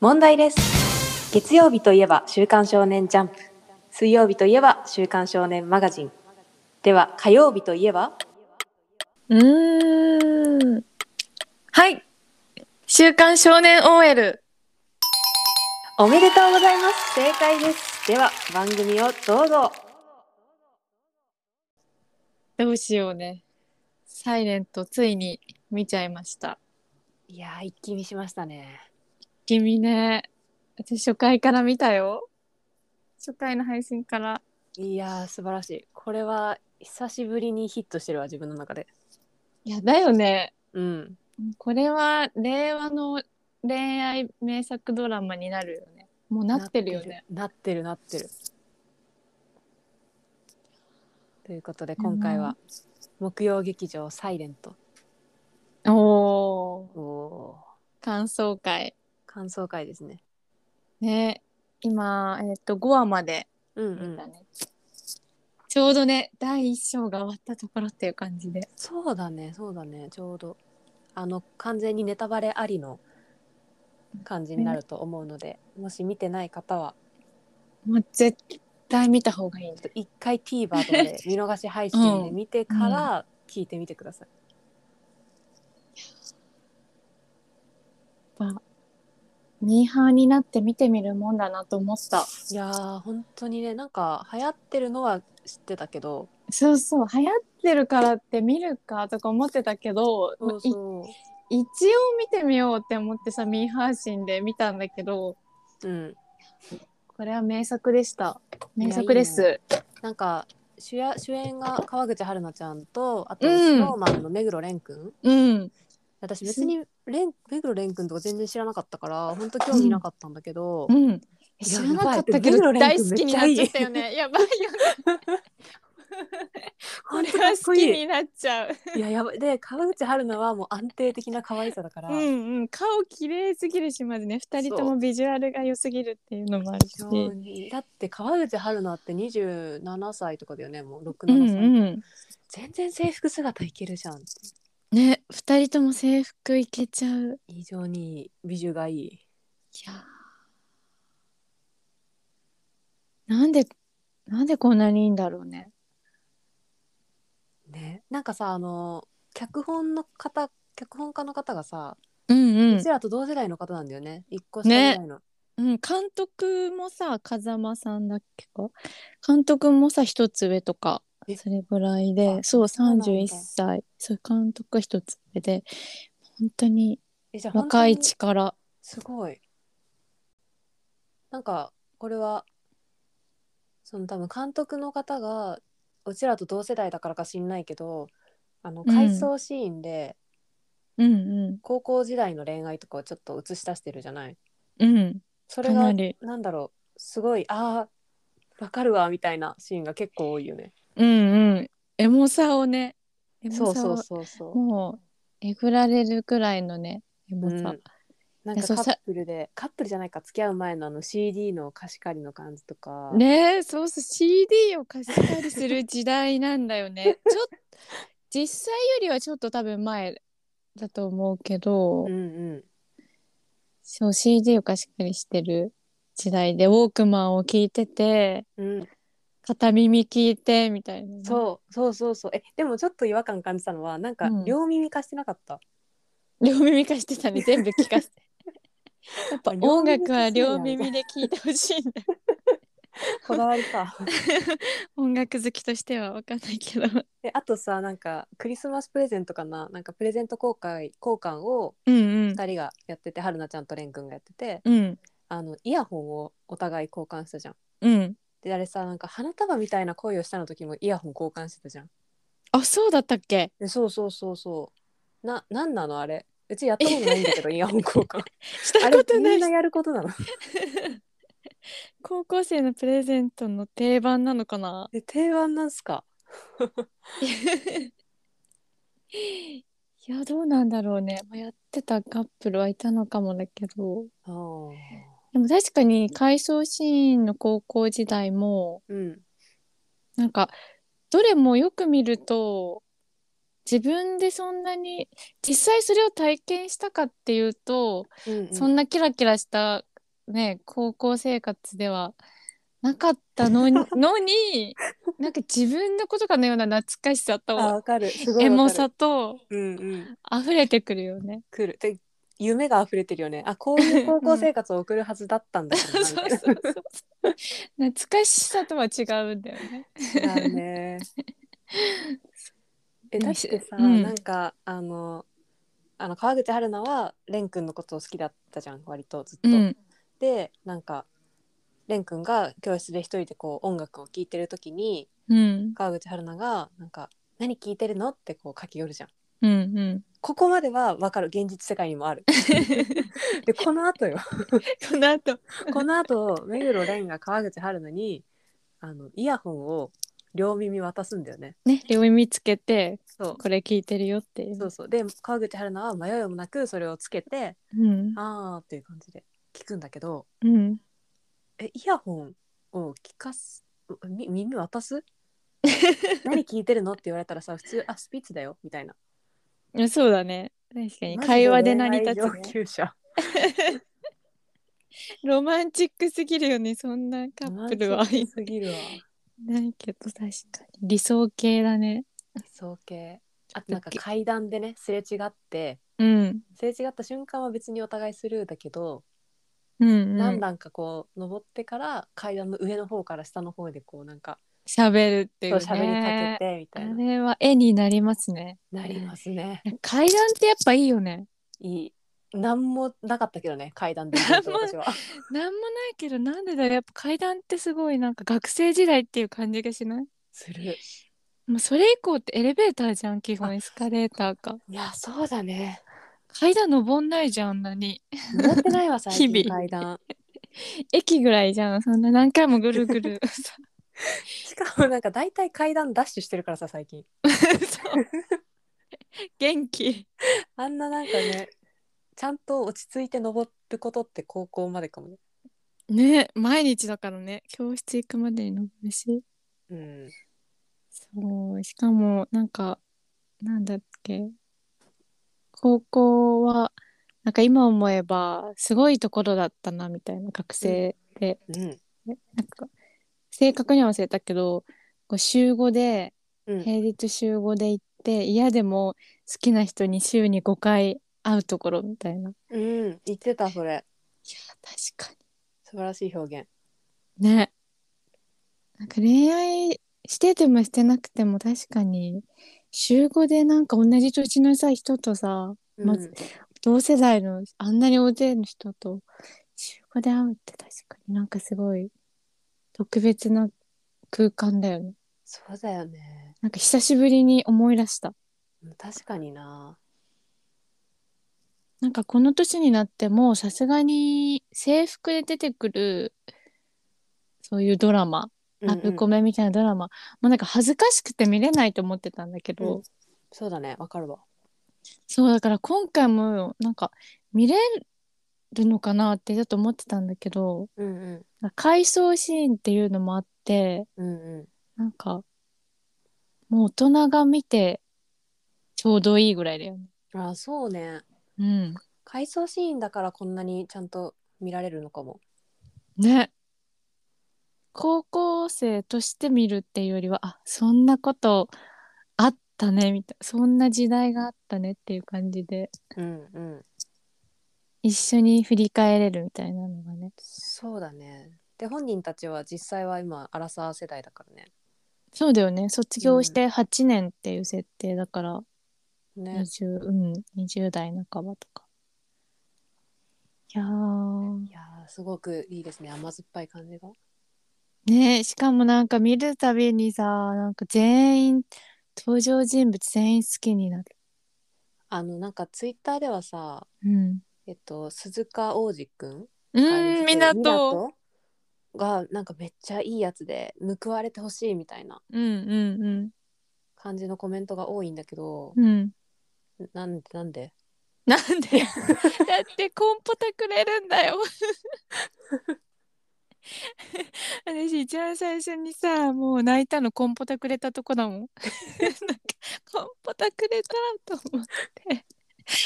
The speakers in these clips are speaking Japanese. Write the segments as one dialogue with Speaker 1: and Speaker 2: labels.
Speaker 1: 問題です月曜日といえば「週刊少年ジャンプ」水曜日といえば「週刊少年マガジン」では火曜日といえば
Speaker 2: うーん。はい。週刊少年 OL。
Speaker 1: おめでとうございます正解ですでは番組をどうぞ
Speaker 2: どうしようね。サイレントついに見ちゃいました。
Speaker 1: いやー一気見しましたね
Speaker 2: 君ね。私初回から見たよ。初回の配信から。
Speaker 1: いやー素晴らしいこれは久しぶりにヒットしてるわ自分の中で
Speaker 2: いや、だよね。
Speaker 1: うん
Speaker 2: これは令和の恋愛名作ドラマになるよね。もうなってるよね。
Speaker 1: なってるなってるなってるということで今回は木曜劇場「サイレント
Speaker 2: おー。
Speaker 1: おー
Speaker 2: 感想会。
Speaker 1: 感想会ですね
Speaker 2: ね。今、えっ、と、5話まで
Speaker 1: うんう
Speaker 2: 見た
Speaker 1: ん
Speaker 2: ねちょうどね第一章が終わったところっていう感じで
Speaker 1: そうだねそうだねちょうどあの完全にネタバレありの感じになると思うので、もし見てない方は
Speaker 2: もう絶対見た方がいいね
Speaker 1: ちょっと一回 TVer とかで見逃し配信で見てから聞いてみてください、
Speaker 2: やっぱミーハーになって見てみるもんだなと思った
Speaker 1: いやー本当にねなんか流行ってるのは知ってたけど
Speaker 2: そうそう流行ってるからって見るかとか思ってたけど
Speaker 1: そう
Speaker 2: い
Speaker 1: そ
Speaker 2: 一応見てみようって思ってさミーハー心で見たんだけど
Speaker 1: う、うん、
Speaker 2: これは名作でした名作です
Speaker 1: いなんか主や主演が川口春奈ちゃんとあと
Speaker 2: うん
Speaker 1: スノーマンの目黒蓮くん、
Speaker 2: うん
Speaker 1: 私別にレン目黒蓮くんとか全然知らなかったから本当興味なかったんだけど、
Speaker 2: うん
Speaker 1: いや
Speaker 2: 知らなかったけ
Speaker 1: やば
Speaker 2: ど
Speaker 1: い
Speaker 2: 大好きになっちゃったよねやばいよね
Speaker 1: 本当
Speaker 2: これ
Speaker 1: か
Speaker 2: は
Speaker 1: っこ
Speaker 2: 好
Speaker 1: い
Speaker 2: き
Speaker 1: い
Speaker 2: になっちゃう
Speaker 1: いややばいで川口春奈はもう安定的な可愛さだから、
Speaker 2: うんうん、顔綺麗すぎるしまずね2人と
Speaker 1: そ
Speaker 2: もビジュアルが良すぎるっていうのもある
Speaker 1: 非
Speaker 2: し
Speaker 1: 常
Speaker 2: う
Speaker 1: にだって川口春奈って27歳とかだよねもう67歳、
Speaker 2: んうん
Speaker 1: 全然制服姿いけるじゃん
Speaker 2: ね2人とも制服いけちゃう
Speaker 1: 非常に美女がいい
Speaker 2: いやーなんでなんでこんなにいいんだろうね
Speaker 1: ねなんかさあの脚本の方脚本家の方がさ、
Speaker 2: うん
Speaker 1: う
Speaker 2: うん
Speaker 1: ち、らと同世代の方なんだよね一個下ぐらいの、
Speaker 2: うん、監督もさ風間さんだっけか監督もさ一つ上とか
Speaker 1: え
Speaker 2: それぐらい
Speaker 1: あ
Speaker 2: でそう
Speaker 1: うなんだ
Speaker 2: 31歳そう監督が一つ上で本当に
Speaker 1: えじゃあ本当に
Speaker 2: 若い力
Speaker 1: すごいなんかこれはその多分監督の方がうちらと同世代だからか知んないけどあの
Speaker 2: うん
Speaker 1: 回想シーンで
Speaker 2: うんうん
Speaker 1: 高校時代の恋愛とかをちょっと映し出してるじゃない
Speaker 2: うん、
Speaker 1: それ
Speaker 2: か
Speaker 1: が
Speaker 2: なり。
Speaker 1: なんだろうすごいあーわかるわみたいなシーンが結構多いよね
Speaker 2: うんうん。エモさをね。エモさ
Speaker 1: そ
Speaker 2: を
Speaker 1: うそうそうそう
Speaker 2: もう、えぐられるくらいのね、エモさ。
Speaker 1: うんなん
Speaker 2: い
Speaker 1: か
Speaker 2: やそう
Speaker 1: カ
Speaker 2: さ
Speaker 1: ップルでカップルじゃないか付き合う前のあの CD の貸し借りの感じとか、
Speaker 2: ねえ、そうそう CD を貸したりする時代なんだよ ね。ちょっと、実際よりはちょっと多分前だと思うけど、
Speaker 1: うんうん
Speaker 2: そう CD を貸し借りしてる時代で、ウォークマンを聞いてて、
Speaker 1: うん、
Speaker 2: 片耳聞いてみたいなね、
Speaker 1: そうそうそうそうえでもちょっと違和感感じたのはなんか
Speaker 2: うん
Speaker 1: 両耳貸してなかった、
Speaker 2: 両耳貸してたね、全部聞かせて。やっぱ音楽は両耳で聞いてほしいんだ
Speaker 1: こだわりか
Speaker 2: 音楽好きとしては分かんないけど。
Speaker 1: であとさなんかクリスマスプレゼントかななんかプレゼント交換交換を
Speaker 2: うんうん。
Speaker 1: 2人がやってて、春菜ちゃんと蓮くんがやってて
Speaker 2: うん
Speaker 1: あのイヤホンをお互い交換したじゃん
Speaker 2: うん。
Speaker 1: であれさなんか花束みたいな恋をしたの時もイヤホン交換してたじゃん
Speaker 2: あそうだったっけ
Speaker 1: えそうそうそうそうななんなのあれうちやったことないんだ けどイヤホン交換
Speaker 2: した
Speaker 1: あ
Speaker 2: こ
Speaker 1: れ
Speaker 2: とな
Speaker 1: みん
Speaker 2: い
Speaker 1: なやることなの
Speaker 2: 高校生のプレゼントの定番なのかな
Speaker 1: え定番なんすか
Speaker 2: いやどうなんだろうね。まあやってたカップルはいたのかもだけど。
Speaker 1: あー
Speaker 2: でも確かに回想シーンの高校時代も
Speaker 1: うん
Speaker 2: なんかどれもよく見ると自分でそんなに実際それを体験したかっていうと
Speaker 1: うんうん
Speaker 2: そんなキラキラしたね高校生活ではなかった のにのになんか自分のことかのような懐かしさ
Speaker 1: あ
Speaker 2: と
Speaker 1: わかるすごい
Speaker 2: エ
Speaker 1: わかる
Speaker 2: モさと
Speaker 1: うんうん
Speaker 2: 溢れてくるよね。
Speaker 1: 来るで夢が溢れてるよねあこういう高校生活を送るはずだったんだけど
Speaker 2: そう
Speaker 1: な
Speaker 2: そう
Speaker 1: みたい
Speaker 2: そう懐かしさとは違うんだよね。
Speaker 1: な違うねえだってさ、
Speaker 2: うん
Speaker 1: なんかあのあの川口春奈は蓮くんのことを好きだったじゃん割とずっと。
Speaker 2: うん
Speaker 1: でなんか蓮くんが教室で一人でこう音楽を聴いてる時に
Speaker 2: うん
Speaker 1: 川口春奈がなんか「何聴いてるの?」ってこう書き寄るじゃん。
Speaker 2: うんうん。
Speaker 1: ここまではわかる現実世界にもあ る。でこの後よ
Speaker 2: この後
Speaker 1: この後目黒蓮が川口春奈にあのイヤホンを両耳渡すんだよね。
Speaker 2: ね両耳つけて
Speaker 1: そう
Speaker 2: これ聞いてるよっていう。
Speaker 1: そうそうで川口春奈は迷いもなくそれをつけて
Speaker 2: うん
Speaker 1: 「あー」っていう感じで聞くんだけど
Speaker 2: うん。
Speaker 1: えイヤホンを聞かすみ耳渡 す何聞いてるのって言われたらさ普通「あスピッツだよ」みたいない
Speaker 2: やそうだね。確かに
Speaker 1: マジ
Speaker 2: 会話で成り立
Speaker 1: 恋愛
Speaker 2: つ、
Speaker 1: 上
Speaker 2: ね。
Speaker 1: 級者
Speaker 2: ロマンチックすぎるよねそんなカップルは
Speaker 1: ロマンチックすぎるわ
Speaker 2: ないけど確かに理想系だね。
Speaker 1: 尊敬あとなんか階段でねすれ違って
Speaker 2: うん。
Speaker 1: すれ違った瞬間は別にお互いスルーだけど、
Speaker 2: うん、うん。
Speaker 1: 何段かこう登ってから階段の上の方から下の方でこうなんか
Speaker 2: 喋るっていう
Speaker 1: そう喋
Speaker 2: ね。
Speaker 1: りかけてみたい
Speaker 2: あ
Speaker 1: な
Speaker 2: れは絵になりますね。
Speaker 1: なりますね
Speaker 2: 階段ってやっぱいいよね。
Speaker 1: いい何もなかったけどね階段でイベ ント私は
Speaker 2: なんもないけどなんでだろうやっぱ階段ってすごいなんか学生時代っていう感じがしない
Speaker 1: する
Speaker 2: もうそれ以降ってエレベーターじゃん基本エスカレーターか。
Speaker 1: いやそうだね
Speaker 2: 階段登んないじゃんあんなに。
Speaker 1: 登ってないわ最近
Speaker 2: 日々
Speaker 1: 階段
Speaker 2: 駅ぐらいじゃんそんな何回もぐるぐ る。
Speaker 1: しかもなんか大体階段ダッシュしてるからさ最近
Speaker 2: そう元気
Speaker 1: あんななんかねちゃんと落ち着いて登ることって高校までかもね
Speaker 2: ね毎日だからね教室行くまでに登るし
Speaker 1: うん
Speaker 2: そうしかもなんかなんだっけ高校はなんか今思えばすごいところだったなみたいな学生で、
Speaker 1: うん
Speaker 2: なんか正確には忘れたけどこう週5で
Speaker 1: うん
Speaker 2: 平日週5で行って嫌でも好きな人に週に5回会うところみたいない
Speaker 1: う
Speaker 2: や
Speaker 1: ん言ってたそれ
Speaker 2: 確かに
Speaker 1: 素晴らしい表現
Speaker 2: ねなんか恋愛しててもしてなくても確かに週5でなんか同じ年のさ人とさまず同世代のあんなに大勢の人と週5で会うって確かになんかすごい特別な空間だよね
Speaker 1: そうだよね
Speaker 2: なんか久しぶりに思い出した
Speaker 1: 確かにな
Speaker 2: なんかこの年になってもさすがに制服で出てくるそういうドラマラブコ
Speaker 1: うんうん
Speaker 2: メみたいなドラマ、もうなんか恥ずかしくて見れないと思ってたんだけど、
Speaker 1: うんそうだねわかるわ
Speaker 2: そうだから今回もなんか見れるのかなってちょっと思ってたんだけど
Speaker 1: うんうん
Speaker 2: 回想シーンっていうのもあって
Speaker 1: うんうん
Speaker 2: なんかもう大人が見てちょうどいいぐらいだよね。
Speaker 1: あそうね
Speaker 2: うん、
Speaker 1: 回想シーンだからこんなにちゃんと見られるのかも
Speaker 2: ね高校生として見るっていうよりはあそんなことあったねみたいなそんな時代があったねっていう感じで
Speaker 1: うんうん
Speaker 2: 一緒に振り返れるみたいなのがね
Speaker 1: そうだねで本人たちは実際は今アラサー世代だからね
Speaker 2: そうだよね卒業して8年っていう設定だから、
Speaker 1: ね
Speaker 2: 20, うん、20代半ばとかいやー
Speaker 1: いやーすごくいいですね甘酸っぱい感じが
Speaker 2: ねえしかもなんか見るたびにさなんか全員登場人物全員好きになる
Speaker 1: あのなんかツイッターではさ
Speaker 2: うん
Speaker 1: えっと鈴鹿央士くん
Speaker 2: うんみんなと
Speaker 1: 湊がなんかめっちゃいいやつで報われてほしいみたいな
Speaker 2: うんうん
Speaker 1: 感じのコメントが多いんだけど
Speaker 2: うんうん
Speaker 1: なんでなんで
Speaker 2: なんで だってコンポタくれるんだよ私一番最初にさもう泣いたのコンポタくれたとこだもんなんかコンポタくれたと思って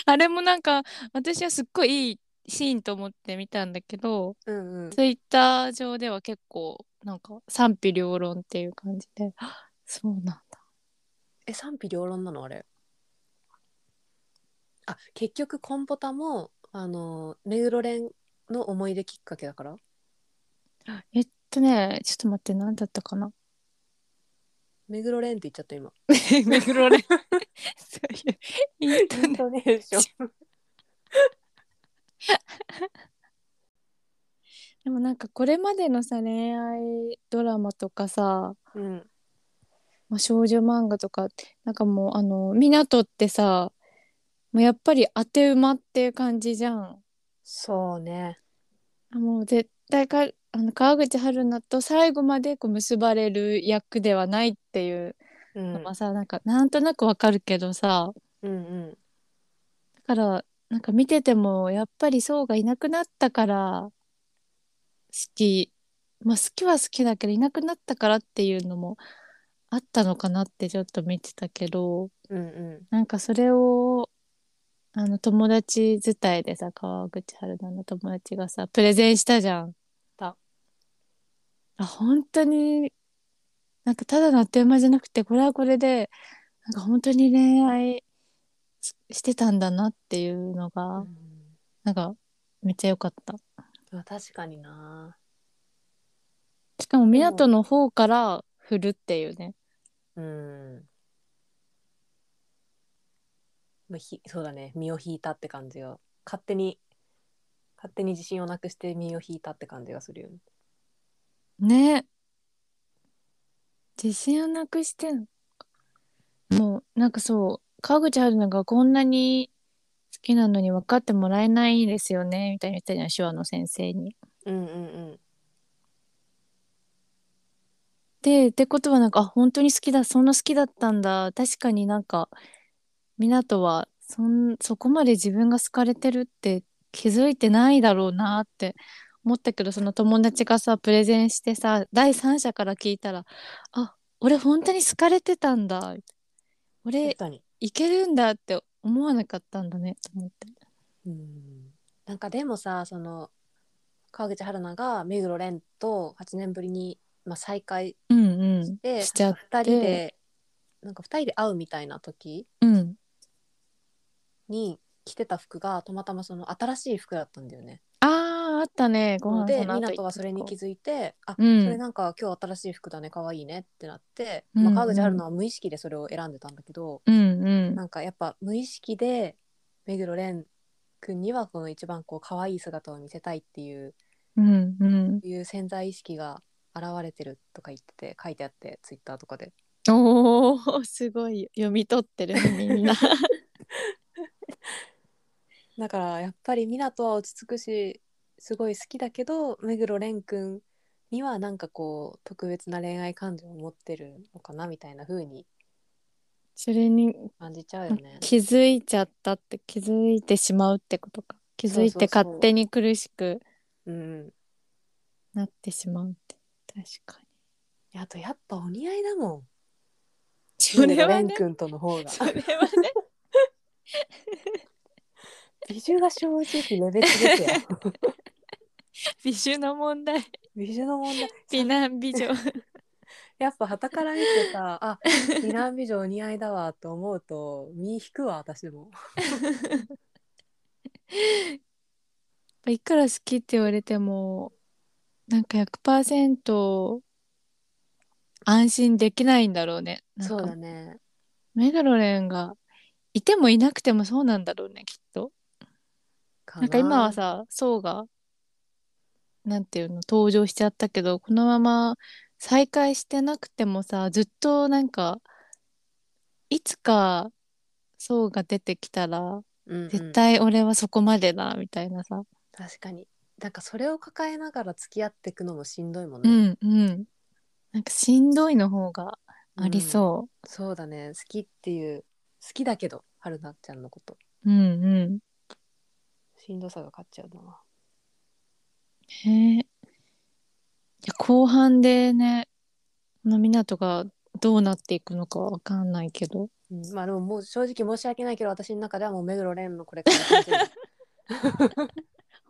Speaker 2: あれもなんか私はすっごいいいシーンと思って見たんだけど、
Speaker 1: うんうん
Speaker 2: ツイッター上では結構なんか賛否両論っていう感じであ そうなんだ
Speaker 1: え賛否両論なのあれあ結局コンポタもあの目黒蓮の思い出きっかけだから
Speaker 2: えっとねちょっと待って何だったか な
Speaker 1: 目黒蓮って言っちゃった 今
Speaker 2: 目黒蓮そういうインターネット
Speaker 1: ネーション
Speaker 2: でもなんかこれまでのさ恋愛ドラマとかさ、
Speaker 1: うん
Speaker 2: まあ、少女漫画とかなんかもうあの湊ってさもうやっぱり当て馬っていう感じじゃん。
Speaker 1: そうね
Speaker 2: あもう絶対かあの川口春奈と最後までこう結ばれる役ではないっていう
Speaker 1: う
Speaker 2: の
Speaker 1: ん
Speaker 2: はさ、なんかなんとなくわかるけどさ
Speaker 1: うんうん
Speaker 2: だからなんか見ててもやっぱりそうがいなくなったから好きまあ好きは好きだけどいなくなったからっていうのもあったのかなってちょっと見てたけど
Speaker 1: うんうん
Speaker 2: なんかそれをあの友達伝いでさ川口春奈の友達がさプレゼンしたじゃん。
Speaker 1: た
Speaker 2: あ本当になんかただのあっという間じゃなくてこれはこれでなんか本当に恋愛ししてたんだなっていうのが、
Speaker 1: うん
Speaker 2: なんかめっちゃ良かった
Speaker 1: まあ確かにな
Speaker 2: しかも湊の方から振るっていうね
Speaker 1: うんまあひそうだね身を引いたって感じが勝手に勝手に自信をなくして身を引いたって感じがするよね
Speaker 2: ね自信をなくしてんのもうなんかそう川口春奈がこんなに好きなのに分かってもらえないですよねみたいに言ってたじゃん手話の先生に。
Speaker 1: うんうんうん
Speaker 2: でってことはなんかあ本当に好きだそんな好きだったんだ確かになんか湊はそんそこまで自分が好かれてるって気づいてないだろうなって思ったけどその友達がさプレゼンしてさ第三者から聞いたら「あ俺本当に好かれてたんだ」
Speaker 1: 確
Speaker 2: 俺
Speaker 1: かに
Speaker 2: いけるんだって思わなかったんだねと思って。
Speaker 1: うんなんかでもさその川口春奈が目黒蓮と8年ぶりに、まあ、再会
Speaker 2: うんう
Speaker 1: し
Speaker 2: ん、
Speaker 1: て
Speaker 2: しちゃっ
Speaker 1: 2
Speaker 2: て
Speaker 1: 人でなんか2人で会うみたいな時
Speaker 2: うん、
Speaker 1: に着てた服がたまたまその新しい服だったんだよね。
Speaker 2: あーあったねご飯
Speaker 1: で
Speaker 2: その後行った
Speaker 1: 湊はそれに気づいて「あ、
Speaker 2: うん
Speaker 1: それなんか今日新しい服だね可愛いね」ってなって、
Speaker 2: うん
Speaker 1: まあ、川口春奈は無意識でそれを選んでたんだけど、
Speaker 2: うんうん
Speaker 1: なんかやっぱ無意識で目黒蓮君にはこの一番こう可愛い姿を見せたいっていう
Speaker 2: うんうん
Speaker 1: いう潜在意識が現れてるとか言ってて書いてあってツイッターとかで
Speaker 2: おおすごい読み取ってるねみんな
Speaker 1: だからやっぱり湊は落ち着くしすごい好きだけど目黒蓮君にはなんかこう特別な恋愛感情を持ってるのかなみたいな風に
Speaker 2: それに
Speaker 1: 感じちゃうよね。
Speaker 2: 気づいちゃったって気づいてしまうってことか気づい
Speaker 1: そうそう
Speaker 2: て
Speaker 1: そう
Speaker 2: 勝手に苦しく
Speaker 1: うん、
Speaker 2: なってしまうって確かに
Speaker 1: あとやっぱお似合いだもん
Speaker 2: そ
Speaker 1: 目
Speaker 2: れ
Speaker 1: 黒
Speaker 2: は
Speaker 1: 蓮
Speaker 2: ね
Speaker 1: 君との方が
Speaker 2: それは ね
Speaker 1: 美女が正直レベルですよ
Speaker 2: 美女の問題
Speaker 1: 美女の問題
Speaker 2: 美男美女
Speaker 1: やっぱ傍から見てさ あ美男美女お似合いだわと思うと身引くわ私も
Speaker 2: いくら好きって言われてもなんか100%安心できないんだろうねな ん
Speaker 1: そう
Speaker 2: か
Speaker 1: だね
Speaker 2: メガロレンがいてもいなくてもそうなんだろうねきっと
Speaker 1: か
Speaker 2: なんか今はさそうがなんていうの登場しちゃったけどこのまま再会してなくてもさずっとなんかいつかそうが出てきたら
Speaker 1: うんうん
Speaker 2: 絶対俺はそこまでだみたいなさ、
Speaker 1: 確かになんかそれを抱えながら付き合っていくのもしんどいもん
Speaker 2: う
Speaker 1: ね、
Speaker 2: ん、うんなんかしんどいの方があり
Speaker 1: うん
Speaker 2: そ
Speaker 1: そうだね好きっていう好きだけど春菜ちゃんのこと
Speaker 2: う、うんうん
Speaker 1: しんどさが勝っちゃうな
Speaker 2: へえいや後半でねこの湊がどうなっていくのかわかんないけど
Speaker 1: うん、まあでももう正直申し訳ないけど私の中ではもう目黒蓮のこれから楽しみい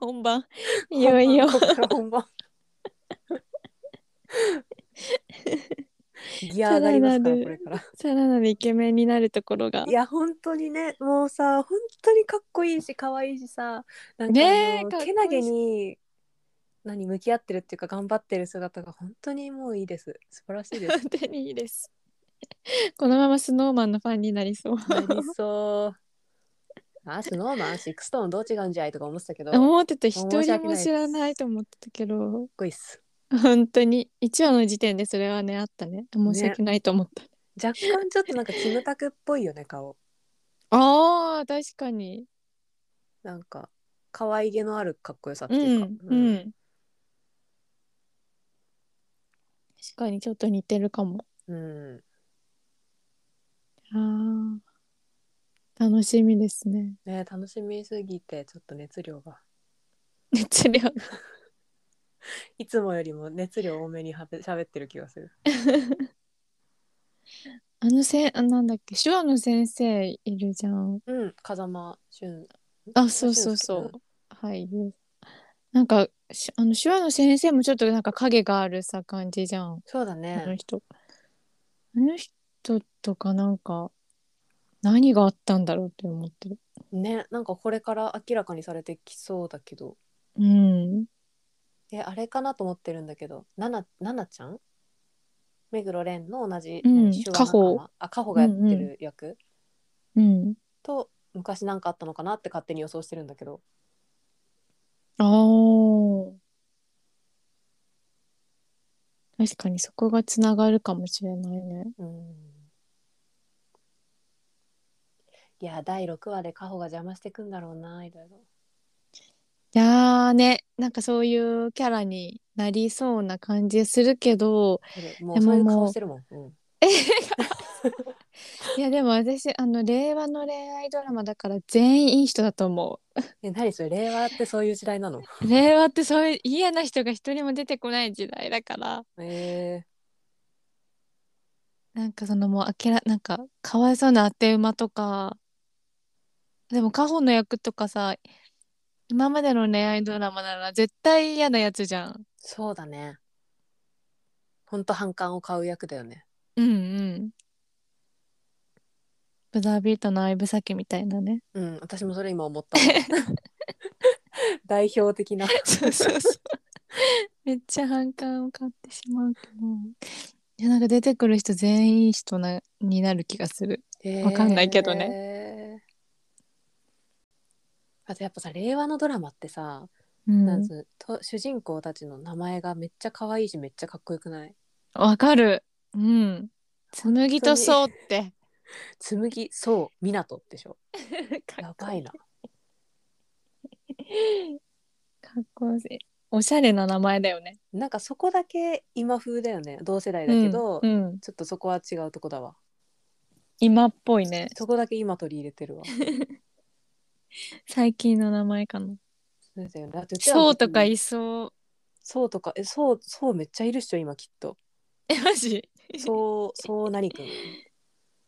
Speaker 2: 本番いよいよ
Speaker 1: ここから本番ギア上がりますから
Speaker 2: ただなる
Speaker 1: これから
Speaker 2: さらなるイケメンになるところが
Speaker 1: いや本当にねもうさ本当にかっこいいし可愛いしさなんか
Speaker 2: ねえ
Speaker 1: あの
Speaker 2: かっこいい
Speaker 1: け
Speaker 2: し
Speaker 1: なげに何向き合ってるっていうか頑張ってる姿が本当にもういいです素晴らしいです
Speaker 2: 本 当にいいですこのままスノーマンのファンになりそう
Speaker 1: なりそうあスノーマンシックストーンどう違うんじゃいとか思ってたけどかっ
Speaker 2: 思ってた一
Speaker 1: 申し
Speaker 2: 人
Speaker 1: 訳ない
Speaker 2: も
Speaker 1: です
Speaker 2: 知らないと思ってたけど
Speaker 1: こいいっす
Speaker 2: 本当に1話の時点でそれはねあったね申し訳ないと思った、
Speaker 1: 若干ちょっとなんかキムタクっぽいよね顔
Speaker 2: あー確かに
Speaker 1: なんか可愛げのあるかっこよさって
Speaker 2: う
Speaker 1: いうか、
Speaker 2: ん、うん確かにちょっと似てるかも
Speaker 1: うん
Speaker 2: あー楽しみです ね
Speaker 1: ね楽しみすぎてちょっと熱量が
Speaker 2: 熱量
Speaker 1: いつもよりも熱量多めにはべ喋ってる気がする
Speaker 2: あのせあなんだっけ手話の先生いるじゃん
Speaker 1: うん、風間俊。
Speaker 2: あそうそうそう
Speaker 1: 俊
Speaker 2: はいなんかしあの手話の先生もちょっとなんか影があるさ感じじゃん
Speaker 1: 介ねそうだ
Speaker 2: あの
Speaker 1: ね。
Speaker 2: 人あの人とかなんか何があったんだろうって思ってる
Speaker 1: ね、なんかこれから明らかにされてきそうだけど。
Speaker 2: うん
Speaker 1: え、あれかなと思ってるんだけど、なな、ななちゃん。目黒蓮の同じ。
Speaker 2: うん
Speaker 1: 手話仲間
Speaker 2: 家宝。
Speaker 1: あ、カホがやってる役。
Speaker 2: うん
Speaker 1: と、昔なんかあったのかなって勝手に予想してるんだけど。
Speaker 2: ああ。確かにそこがつながるかもしれないね。
Speaker 1: うん。いや、第六話でカホが邪魔してくんだろうな、いろいろ。
Speaker 2: いやーね、なんかそういうキャラになりそうな感じするけど、
Speaker 1: それも
Speaker 2: で
Speaker 1: う、
Speaker 2: も
Speaker 1: そういう
Speaker 2: もう
Speaker 1: 顔してるもん。うん。
Speaker 2: いやでも私、あの、令和の恋愛ドラマだから全員いい人だと思
Speaker 1: え、何それ、令和ってそういう時代なの。
Speaker 2: う。令和ってそういう嫌な人が一人も出てこない時代だから、
Speaker 1: え
Speaker 2: なんかそのもうあけら、なんかかわいそうな当て馬とか、でもカホの役とかさ、今までの恋愛ドラマなら絶対嫌なやつじゃん。
Speaker 1: そうだね。ほんと反感を買う役だよね。
Speaker 2: うんうん。ブザービートの相武咲みたいなね。
Speaker 1: うん、私もそれ今思った。 代表的な。
Speaker 2: そうそうそう。めっちゃ反感を買ってしまうけど。いやなんか出てくる人全員いい人なになる気がする。わかんないけど
Speaker 1: ね。あとやっぱさ令和のドラマってさ、
Speaker 2: うん
Speaker 1: なんつうと主人公たちの名前がめっちゃ可愛いしめっちゃかっこよくない
Speaker 2: わかる。うん。紬とそうって。
Speaker 1: 紬そう湊でしょ やばいな
Speaker 2: かっこいい。おしゃれな名前だよね。
Speaker 1: なんかそこだけ今風だよね同世代だけど、
Speaker 2: うんうん
Speaker 1: ちょっとそこは違うとこだわ
Speaker 2: 今っぽいね。
Speaker 1: そこだけ今取り入れ てるわ
Speaker 2: 最近の名前かな。
Speaker 1: そうだよねだってうちらの
Speaker 2: そう
Speaker 1: 時
Speaker 2: とかいそう。
Speaker 1: そうとか、え、そう、そうめっちゃいるっしょ、今きっと。
Speaker 2: え、マジ
Speaker 1: そう、そう何くん。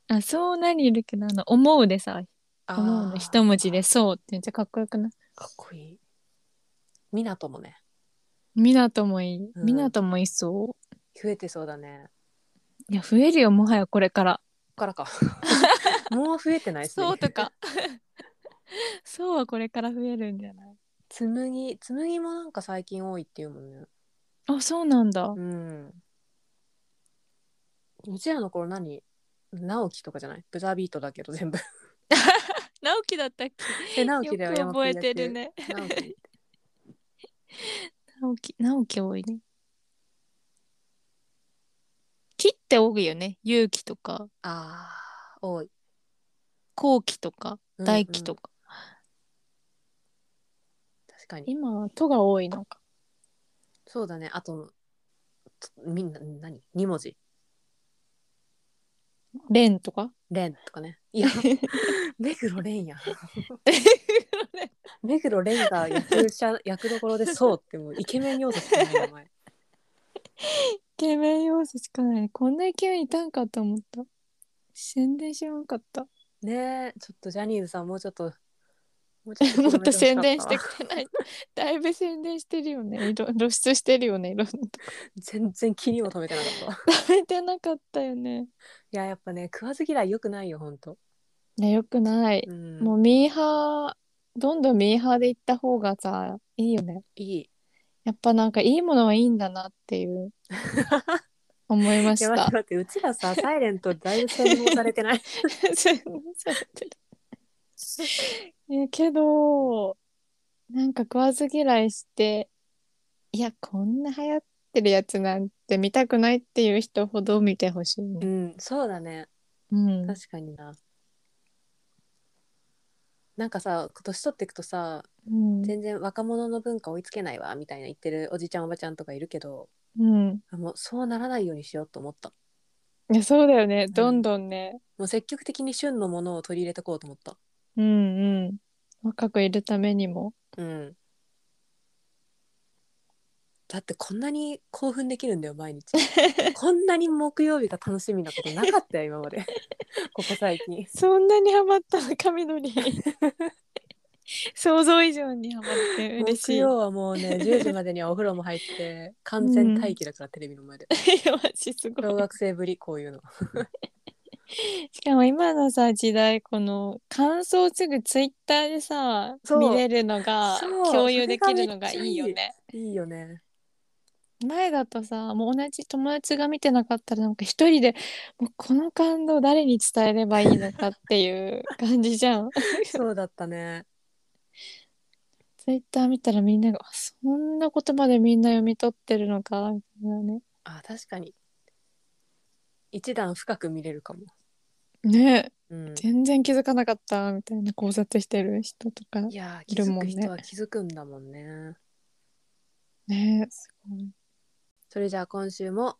Speaker 2: あ、そうなにいるけど、あの、思うでさ、思う
Speaker 1: あ
Speaker 2: の
Speaker 1: ー
Speaker 2: 一文字で。そうってめっちゃかっこよくない
Speaker 1: かっこいい。みなともね、
Speaker 2: みなともいい。
Speaker 1: うん
Speaker 2: みなともいそ
Speaker 1: 増えてそうだね。
Speaker 2: う。いや、増えるよ、もはやこれから。
Speaker 1: ここ からか。もう増えてないですね。
Speaker 2: そうとか。 そうはこれから増えるんじゃない
Speaker 1: 紬、紬もなんか最近多いっていうもんね。
Speaker 2: あ、そうなんだ
Speaker 1: う。ん。うちらの頃何直樹とかじゃないブザービートだけど全 部。
Speaker 2: 直樹だったっ
Speaker 1: え、直
Speaker 2: けよ
Speaker 1: 樹だよ、
Speaker 2: く覚えてる
Speaker 1: 山
Speaker 2: ね。
Speaker 1: 君役。直樹
Speaker 2: 直樹、直樹多いね。木って多いよね。勇気とか、
Speaker 1: ああ、多い。
Speaker 2: 後期とか、
Speaker 1: うん
Speaker 2: 大輝と
Speaker 1: うん
Speaker 2: か。
Speaker 1: 確かに。
Speaker 2: 今、とが多いのか。
Speaker 1: そうだね。あと、つみんな、何 ?2 文字。
Speaker 2: 蓮とか。
Speaker 1: レンとかね。 いや、目黒レンや。目黒レンが役者、役どころでそうって、もうイケメン要素しかない名前。
Speaker 2: イケメン要素しかないね。こんなイケメンいたんかと思った。宣伝知らんかった。
Speaker 1: ねえ、ちょっとジャニーズさんもうちょっと、もうちょっと
Speaker 2: もっ
Speaker 1: 広め
Speaker 2: と
Speaker 1: ほし
Speaker 2: 宣
Speaker 1: かた
Speaker 2: 伝してくれないだいぶ宣伝してるよねいろ露出してるよねいろんなとこ
Speaker 1: 全然気にも留めてなか ったわ
Speaker 2: 食べてなかったよね
Speaker 1: いややっぱね食わず嫌い良くないよほんと、
Speaker 2: いやよくない、
Speaker 1: うん、
Speaker 2: もうミーハーどんどんミーハーで行った方がさいいよね
Speaker 1: いい
Speaker 2: やっぱなんかいいものはいいんだなっていう思いま
Speaker 1: い
Speaker 2: し
Speaker 1: や 待ったて待ってうちら さ「サイレントだいぶ洗脳されてない
Speaker 2: そうそうそういやけどなんか食わず嫌いしていやこんな流行ってるやつなんて見たくないっていう人ほど見てほしいね
Speaker 1: う。んそうだね
Speaker 2: うん、
Speaker 1: 確かにななんかさ年取っていくとさ
Speaker 2: うん
Speaker 1: 全然若者の文化追いつけないわみたいな言ってるおじちゃんおばちゃんとかいるけど
Speaker 2: うん、
Speaker 1: あもうそうならないようにしようと思った
Speaker 2: いやそうだよねどんどんね、
Speaker 1: もう積極的に旬のものを取り入れてこうと思った
Speaker 2: うんうん、若くいるためにも。
Speaker 1: うんだってこんなに興奮できるんだよ毎 日こんなに木曜日が楽しみなことなかったよ今まで ここ最近
Speaker 2: そんなにハマったの髪の り想像以上にハマって嬉し
Speaker 1: 木
Speaker 2: い。
Speaker 1: 曜はもうね10時までにはお風呂も入って完全待機だから、テレビの前で
Speaker 2: いやマジすごい
Speaker 1: 小学生ぶりこういうの
Speaker 2: しかも今のさ時代この感想をすぐツイッターでさ
Speaker 1: そう
Speaker 2: 見れるのが
Speaker 1: そう
Speaker 2: 共有できるのがいいよ
Speaker 1: それが
Speaker 2: ね。
Speaker 1: いいよね
Speaker 2: 前だとさもう同じ友達が見てなかったらなんか一人でもうこの感動誰に伝えればいいのかっていう感じじゃん。
Speaker 1: そうだったね
Speaker 2: ツイッター見たらみんながあそんな言葉でみんな読み取ってるのかみたいなね。
Speaker 1: あ確かに一段深く見れるかも、
Speaker 2: ね
Speaker 1: うん、
Speaker 2: 全然気づかなかったみたいな考察してる人とか
Speaker 1: いやー
Speaker 2: い
Speaker 1: 気
Speaker 2: る
Speaker 1: づ
Speaker 2: もん
Speaker 1: く
Speaker 2: ね
Speaker 1: 人は気づくんだもんね
Speaker 2: ねすごい。
Speaker 1: それじゃあ今週も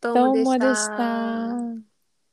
Speaker 1: ど
Speaker 2: どうもでした。